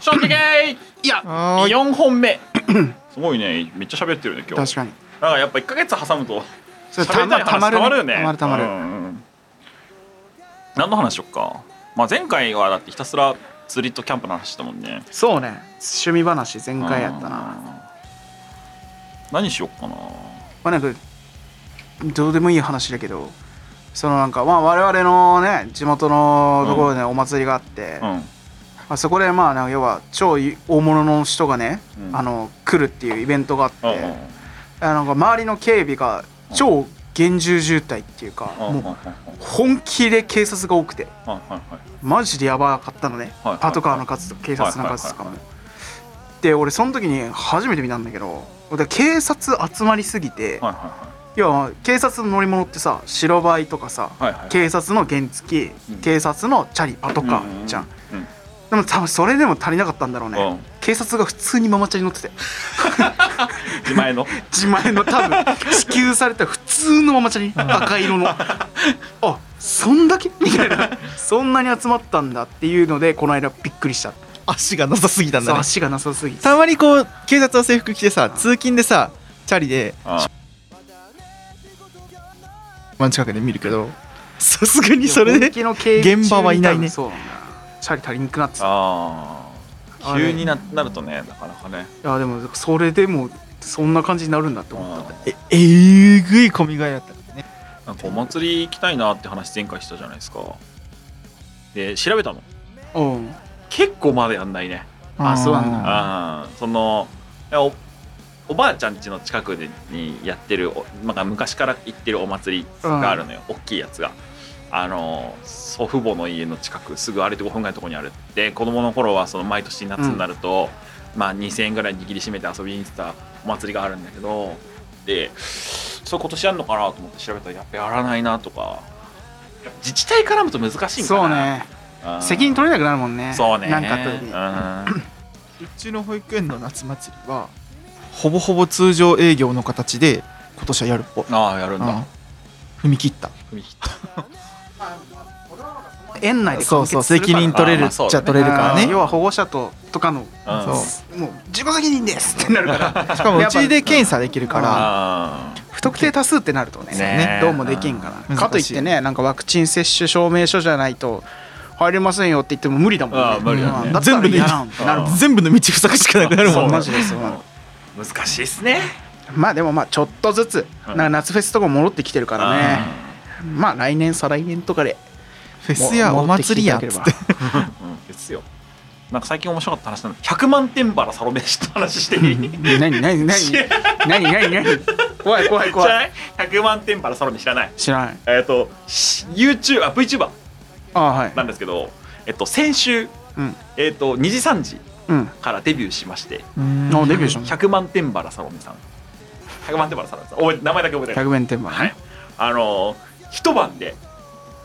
ショットゲーいやはーい4本目すごいねめっちゃ喋ってるね今確日かにだからやっぱ1か月挟むとそう喋りたい話ねたまるよねたまるたまる、うんうんうん何の話しよっか、まあ、前回はだってひたすら釣りとキャンプの話したもんねそうね趣味話全開やったなな何しよっかなまあなんかどうでもいい話だけどそのなんかまあ我々のね地元のところでねお祭りがあって、まうんあ、そこでまあなんか要は超大物の人がね、うんあの来るっていうイベントがあって、うんうんあなんか周りの警備が超厳重渋滞っていうか、うんうんうんうんうんもう本気で警察が多くてはいはいマジでやばかったのね、はいはいパトカーの数と警察の数とかも、で俺その時に初めて見たんだけど俺警察集まりすぎて、はいは要は警察の乗り物ってさ白バイとかさ、はいはい警察の原付うん警察のチャリパトいカうんうんうーじゃん、うんでも多分それでも足りなかったんだろうね、うん警察が普通にママチャリ乗ってて自前の自前の多 分支給された普通のママチャリ赤色のあそんだけみたいなそんなに集まったんだっていうのでこの間びっくりした足がなさすぎたんそうだね足がなさすぎてたまにこう警察の制服着てさ通勤でさチャリであ真近くで見るけどさすがにそれで本気の警備現場はいないね中に多分そうなんだチャリ足りんくなってたあーあれ急にななるとねなかなかねいやでもそれでもそんな感じになるんだって思っうんええぐい込みがえだったからねなんかお祭り行きたいなって話前回したじゃないですかで調べたのたうん結構まだやんないねあそうなんだあーそのいやおおばあちゃん家の近くでにやってるおなんか昔から行ってるお祭りがあるのよ、大きいやつがあの祖父母の家の近くすぐ歩いて5分ぐらいのところにあるで子供の頃はその毎年夏になると、まあ、2,000円ぐらい握りしめて遊びに行ってたお祭りがあるんだけどでそれ今年やるのかなと思って調べたらやっぱやらないなとかやっぱ自治体絡むと難しいんかなそうねうん責任取れなくなるもんねそうねなんかあった時にうんうちの保育園の夏祭りはほぼほぼ通常営業の形で今年はやるっぽい、ああやるんうだ、ん踏み切った踏み切っ園内でそうそう責任取れまるあっそうちだゃね取れるからねね要は保護者ととかのたうんそうもう自己責任ですってなるからしかもうちで検査できるからあ 不特定多数ってなるとねねどうもできんかうらんかといってねなんかワクチン接種証明書じゃないと入れませんよって言っても無理だもんあねあ無理だねうんったら全部できやらんあなるもんぱ全部の道塞がしかなくなるそもうんマねジでそうー難しいっすねまあでもまあちょっとずつうなんんか夏フェスとかも戻ってきてるからねまあ来年再来年とかでフェスやお祭りやっつってうんうんですよなんか最近面白かった話なんだ100万点バラサロメシって話していいじ何何何何何何怖い怖いゃ怖ないい100万点バラサロメシ知らない知らないえっ、と YouTube あ VTuber ああはいなんですけどえっと先週うんえっと2時3時うんからデビューしましてあデビューしょたの100万点バラサロメさん100万点バラサロメさん覚えて名前だけ覚えてる100円店は番いあのー一晩で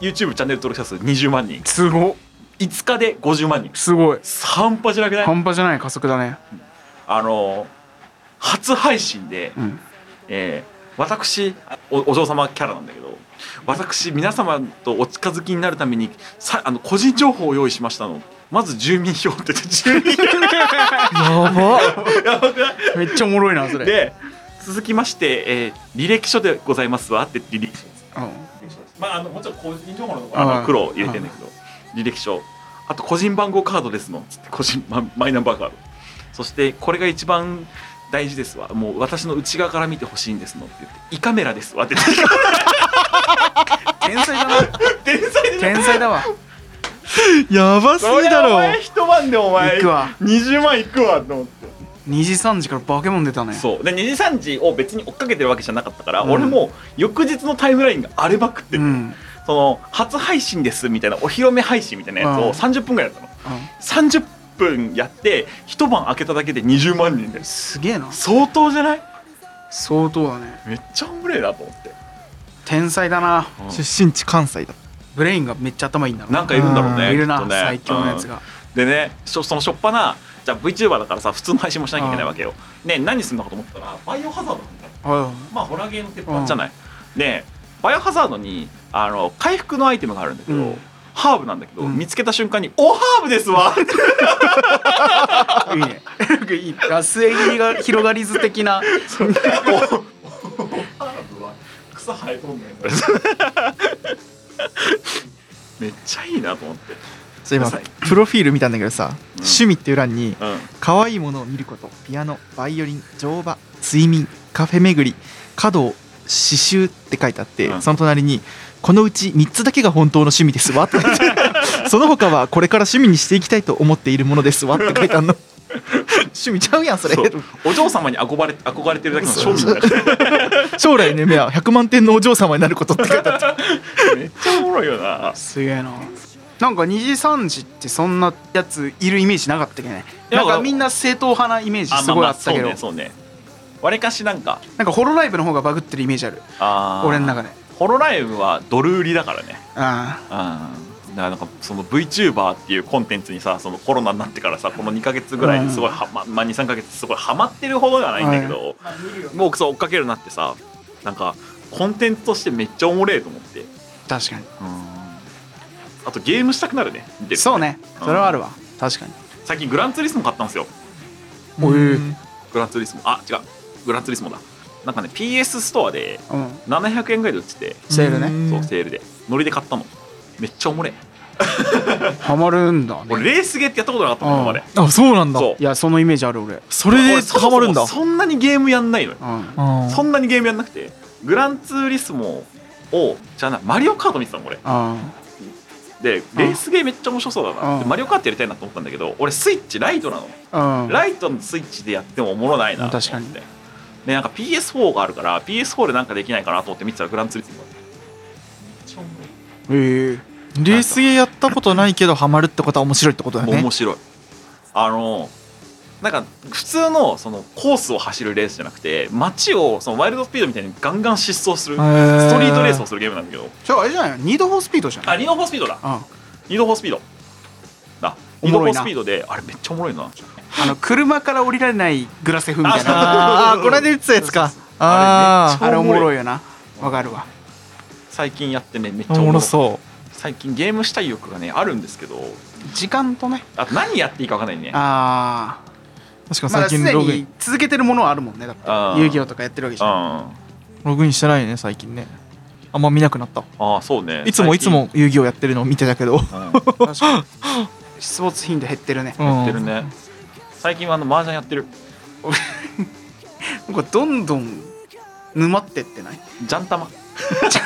YouTube チャンネル登録者数20万人すご5日で50万人すごい半端じゃなくない半端じゃない加速だ ねあの初配信で、うんえー私おお嬢様キャラなんだけど私皆様とお近づきになるためにさあの個人情報を用意しましたのまず住民票って言って住民票やばやばくないめっちゃおもろい なそれで続きまして、えー履歴書でございますわって履歴書ですうんまああのもちろん個人情報のとこあああの黒を入れてんだけど履歴書あと個人番号カードですのつって個人マ マイナンバーカードそしてこれが一番大事ですわもう私の内側から見てほしいんですのって言って胃カメラですわって言って 天才だな天才で天才だわやばすそぎりだゃおろ前一晩でお前行くわ20万いくわと思って2時3時から化け物出たねそうで2時3時を別に追っかけてるわけじゃなかったから、うん俺も翌日のタイムラインが荒れまくってて、うんその初配信ですみたいなお披露目配信みたいなやつうんを30分ぐらいやったのうん30分やって一晩開けただけで20万人ですすげえな相当じゃない相当だねめっちゃおもれえなと思って、天才だな出身地関西だブレインがめっちゃ頭いいんだろうなんかいるんだろうねいるきなっとね最強のやつがでねしょそのしょっぱなじゃあ VTuber だからさ普通の配信もしなきゃいけないわけよ、ね何するのかと思ったらバイオハザードなんだようんまあホラーゲーの鉄板じゃない、でバイオハザードにあの回復のアイテムがあるんだけど、うんハーブなんだけど、うん 見つけた瞬間に「おハーブですわ!」いいねなんかいいね末切りが広がり図的な草生えとんねん めっちゃいいなと思ってそう今プロフィール見たんだけどさ、趣味っていう欄うにん可愛いものを見ることピアノバイオリン乗馬睡眠カフェ巡り華道刺繍って書いてあって、うんその隣に「このうち3つだけが本当の趣味ですわ」って書いてあ るその他はこれから趣味にしていきたいと思っているものですわ」って書いてあるの趣味ちゃうやんそれそうお嬢様に憧れ憧れてるだけの庶民だか将来の夢は100万点のお嬢様になることって書いてあったらめっちゃおもろいよなすげえななんか2時3時ってそんなやついるイメージなかったけどねいやなんかみんな正統派なイメージあすまあごいまああったそけうど、ねそうねわりかしなんかなんかホロライブの方がバグってるイメージあるあー俺の中でホロライブはドル売りだからねあうんだからなんかその VTuber っていうコンテンツにさそのコロナになってからさこの2ヶ月ぐらいですごいは、ままあ、23ヶ月すごいハマってるほどではないんだけど、もうそう追っかけるようになってさなんかコンテンツとしてめっちゃおもれえと思ってあ確かにあとゲームしたくなるね見てるとそうねそれはあるわ、確かに最近グランツーリスモ買ったんですよおえグランツーリスモあ違うグランツーリスモだなんかね PS ストアでうん700円ぐらいで売っててセールねそうセールでノリで買ったのめっちゃおもれえハマるんだね俺レースゲーってやったことなかったのうん今まであそうなんだそういやそのイメージある俺うんそれ俺でそもハマるんだそもそんなにゲームやんないのようんそんなにゲームやんなくてグランツーリスモをじゃあなマリオカート見てたの俺あでレースゲーめっちゃ面白そうだうなんでマリオカートやりたいなと思ったんだけど俺スイッチライトなのあうんライトのスイッチでやってもおもろないなと思って確かにでなんか PS4 があるから PS4 でなんかできないかなと思って見てたらグランツーリスモへえレースゲーやったことないけどハマるってことは面白いってことだよね面白いあのなんか普通のそのコースを走るレースじゃなくて街をそのワイルドスピードみたいにガンガン疾走するへーストリートレースをするゲームなんだけどじゃああれじゃないのニードフォースピードじゃなあいリノフォースピードだあリノフォースピードだおリもノフろいォなースピードであれめっちゃおもろいなあの車から降りられないグラセフみたいなあーあーこれで打ってたやつかあああれれおおももろろいよなわかるわ最近やってねめっちあゃーおおもろもろいそ最近ゲームしたい欲がねあるんですけど時間とねあと何やっていいか分かんないねああう確かまだすに最近でログインに続けてるものはあるもんねだってあー遊戯王とかやってるわけじゃんあログインしてないね最近ねあんま見なくなったあーそうねいつも最いつ近も遊戯王やってるのを見てたけうどん確かに出没頻度減ってるねやってるね最近はあの麻雀やってるなんかどんどん沼ってってないジャンタマジ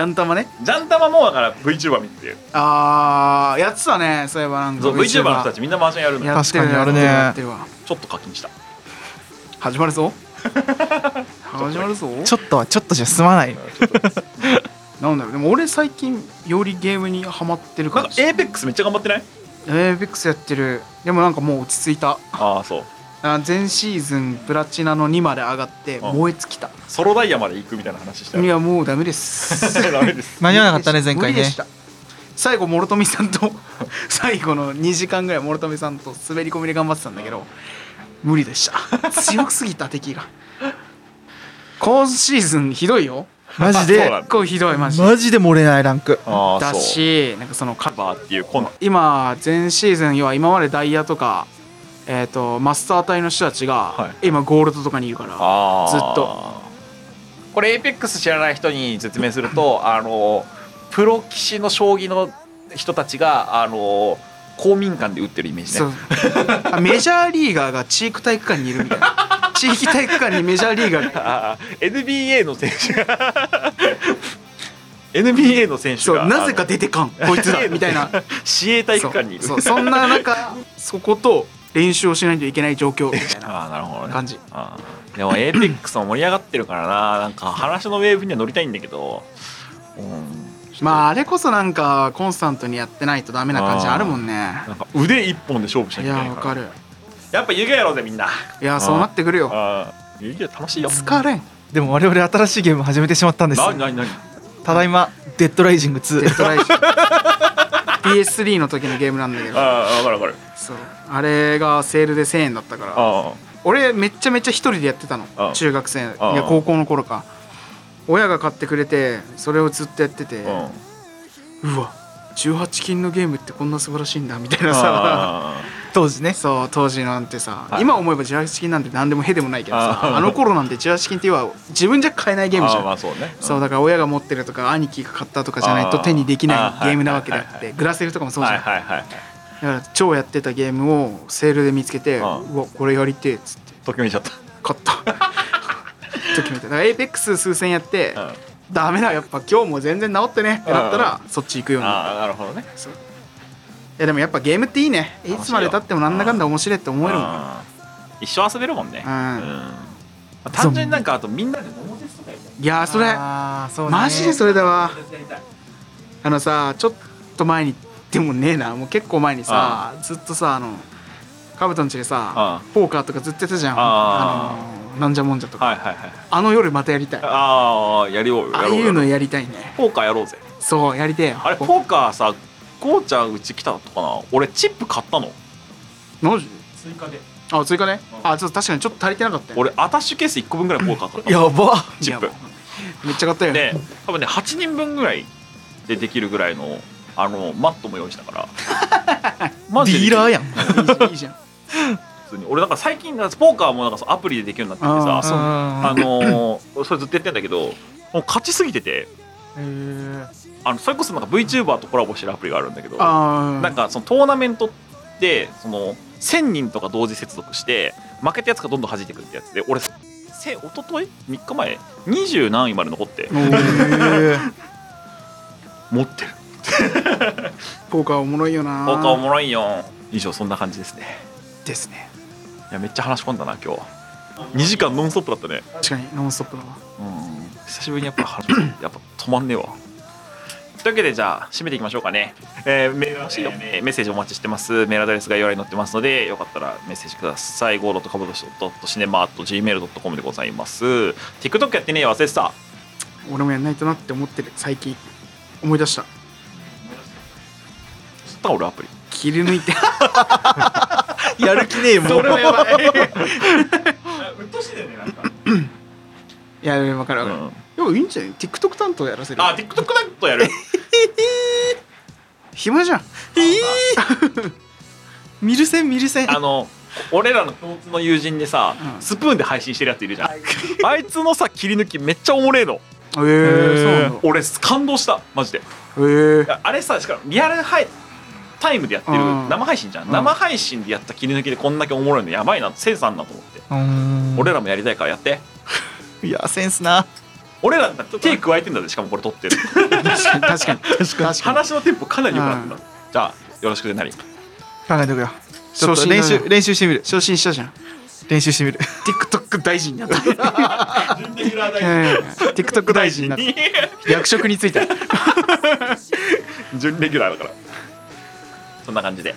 ャンタマねジャンタマもだから VTuber 見てるああやってたねそういえばなんかそう VTuber の人たちみんな麻雀やるのよやってる確かにあるねやってるわちょっと課金した始まるぞ始まるぞちょっとはちょっとじゃ済まないなんだろうでも俺最近よりゲームにハマってるなかんかもしれない APEX めっちゃ頑張ってないエーペックスやってるでもなんかもう落ち着いたああそうあ前シーズンプラチナの2まで上がってあ燃え尽きたソロダイヤまで行くみたいな話したいよやもうダメですダメです 間に合わなかったね前回無理でねした最後諸富さん と最後の2時間ぐらい諸富さんと滑り込みで頑張ってたんだけど無理でした強すぎた敵 が今シーズンひどいよマジあそうでな結構ひどいマジでマジで漏れないランクああだそうしなんかそのカバーっていうこの今前シーズン要は今までダイヤとか、えー、とマスター隊の人たちはが今ゴールドとかにいるから、あーずっとこれ APEX 知らない人に説明するとあのプロ棋士の将棋の人たちがあの公民館で打ってるイメージそねうあメジャーリーガーが地域体育館にいるみたいな地域体育館にメジャーリーガーがあー NBA の選手が NBA の選手そがうなぜか出てかんこいつらみたいな市営体育館にいるそうそうそんな中そこと練習をしないといけない状況みたいなああなるほどね感じあーでも APEX も盛り上がってるからななんか話のウェーブには乗りたいんだけど、うん、まあああれこそなんかコンスタントにやってないとダメな感じあるもんねなんか腕一本で勝負しないきゃいけやないわからかるやっぱ湯気やろうぜみんないやそうなってくるよああ湯気楽しいよ疲れんでも我々新しいゲーム始めてしまったんですなになになにただいまデッドライジングデ2ッド ライジ PS3 の時のゲームなんだけどああ分かる分かるそうあれがセールで1000円だったからあ俺めっちゃめちゃ一人でやってたのあ中学生あいや高校の頃か親が買ってくれてそれをずっとやっててあうわ18金のゲームってこんな素晴らしいんだみたいうんなさあ当時 ねそう当時なんてさ、はい今思えばジュラシキなんて何でもへでもないけどさあーあの頃なんてジュラシキっていうのは自分じゃ買えないゲームじゃあんまあそうねそううんだから親が持ってるとか兄貴が買ったとかじゃないとあー手にできあないーゲームなわけであはいっはいてグラセルとかもそうじはゃいんだはいはいから超やってたゲームをセールで見つけてうあわーこれやりてえっつってときめいちゃった買ったと決めてだからエイペックス数戦やってうんダメだやっぱ今日も全然治ってねってなったらそっち行くようになったああなるほどねそういやでもやっぱゲームっていいねい楽しいよつまでたってもなんだかんだ面白いって思えるもんうん一生遊べるもんねうんうん単純になんかあとみんなで桃鉄とかやりたいいやーそれあーそうねマジでそれだわ桃鉄やりたいあのさちょっと前にでもねえなもう結構前にさずっとさあのカブトんちでさうポーカーとかずっとやってたじゃんあのなんじゃもんじゃとかはいはいはいあの夜またやりたいあああやりようよあやろういうよのやりたいねポーカーやろうぜそうやりてえよあれポーカーさこうちゃんうち来たのかな俺チップ買ったのマジ追加であ追加ねあちょっと確かにちょっと足りてなかったよ俺アタッシュケース1個分ぐらいポーカー買ったのやばチップいやめっちゃ買ったよで多分ね8人分ぐらいでできるぐらいのあのマットも用意したからマデジでィーラーやいんいいいじゃん普通に俺だから最近ポーカーもなんかそうアプリでできるようになっててあさそうあのーそれずっとやってんだけどもう勝ちすぎててうんあのそれこそなんか VTuber とコラボしてるアプリがあるんだけどなあんあかそのトーナメントってその1000人とか同時接続して負けたやつがどんどん弾いてくるってやつで俺せ一昨日3日前20何位まで残って持ってるポーカーおもろいよな効果おもろいよ以上そんな感じですねですねいやめっちゃ話し込んだな今日2時間ノンストップだったね確かにノンストップだわうん久しぶり にやっぱ話やっぱ止まんねえわというわけでじゃあ締めていきましょうかね、えーメールしいよメッセージお待ちしてますメールアドレス概要欄に載ってますのでよかったらメッセージください go.kabutoshi.cinema.gmail.com でございます TikTok やってねえよ忘れてた俺もやんないとなって思ってる最近思い出した知った俺アプリ切 り抜いてやる気ねえもんれはやばいうっとしいだよねなんか、いやでも分かる う分かる、ん、でもいいんじゃない TikTok 担当やらせるあ TikTok だとやる 暇じゃん 見るせん見るせんあの俺らの共通の友人でさ、うんスプーンで配信してるやついるじゃんあいつのさ切り抜きめっちゃおもれえのえー、そうなんだ俺感動したマジでえーい、やあれさしかもリアルハイタイムでやってるうん生配信じゃん、うん生配信でやった切り抜きでこんだけおもろいのやばいなセンスあんなと思って、俺らもやりたいからやっていやセンスな俺らだって手加えてんだぜしかもこれ撮ってる 確かに確かに確かに話のテンポかなり良くなってんだ、じゃあよろしくでなり考えておくよちょっ昇と進だ練ね習練習してみる昇進したじゃん練習してみる TikTok 大臣になった、え準ー、TikTok 大臣に なっにた役職について 準レギュラーだからそんな感じで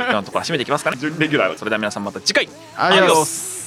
今のところは締めていきますかね準レギュラーそれでは皆さんまた次回ありがとうございますす